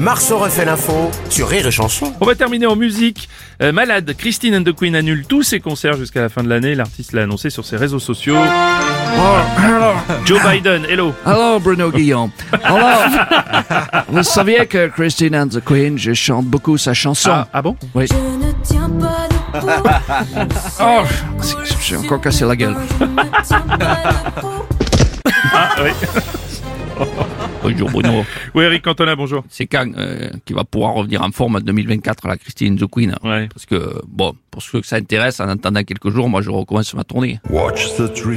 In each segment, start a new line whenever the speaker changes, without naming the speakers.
Marceau refait l'info sur Rire et Chanson.
On va terminer en musique. Euh, malade, Christine and the Queen annule tous ses concerts jusqu'à la fin de l'année. L'artiste l'a annoncé sur ses réseaux sociaux.
Oh.
Joe Biden, hello.
Hello Bruno Guillon. Alors, vous saviez que Christine and the Queen, je chante beaucoup sa chanson.
Ah, ah bon
Oui.
Je ne tiens pas debout.
Oh, je suis encore cassé la gueule.
Je ne tiens pas debout.
Ah oui.
Bonjour Bruno.
Oui, Eric Cantona, bonjour.
C'est quand euh, qui va pouvoir revenir en forme en 2024 à la Christine The Queen hein.
Ouais.
Parce que, bon, pour ceux que ça intéresse, en attendant quelques jours, moi je recommence ma tournée.
Watch the tree.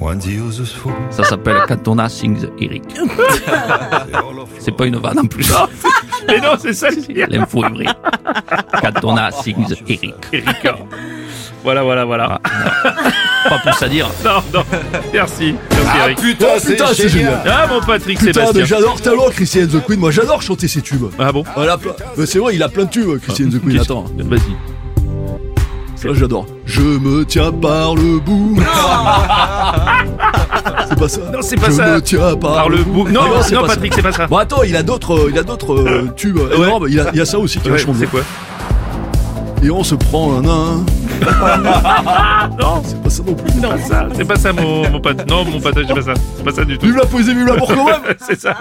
One's useful.
Ça s'appelle Cantona Sings Eric. C'est pas une vanne en plus.
Ah.
Mais non, c'est ça le pire.
L'info est vraie. Cantona Sings Eric.
Eric, hein. Voilà, voilà, voilà.
Ah.
Pas plus à dire.
Non, non. Merci. Merci, Eric.
Ah, Putain, putain c'est génial.
Ah, mon Patrick
Putain,
Sébastien.
mais j'adore talent, Christian The Queen. Moi, j'adore chanter ses tubes.
Ah bon
Voilà, plein- euh, c'est vrai, il a plein de tubes, Christian The Queen. Attends,
Vas-y.
ça, j'adore. Je me tiens par le bout. c'est pas ça.
Non, c'est pas
Je
ça.
me tiens par,
Par le bout. Non,
Ah
non,
c'est pas ça.
Patrick, c'est pas ça.
Bon, attends, il a d'autres, euh, il a d'autres euh, tubes énormes. Il a, il a ça aussi qui est
Ouais,
vachement bien.
c'est quoi
Et on se prend un nain.
Non,
C'est pas ça non plus.
c'est pas ça. C'est pas ça, mon, mon pote. Non, mon pote, c'est pas ça. C'est pas ça du tout.
Vive la poésie, vive l'amour quand même.
C'est ça.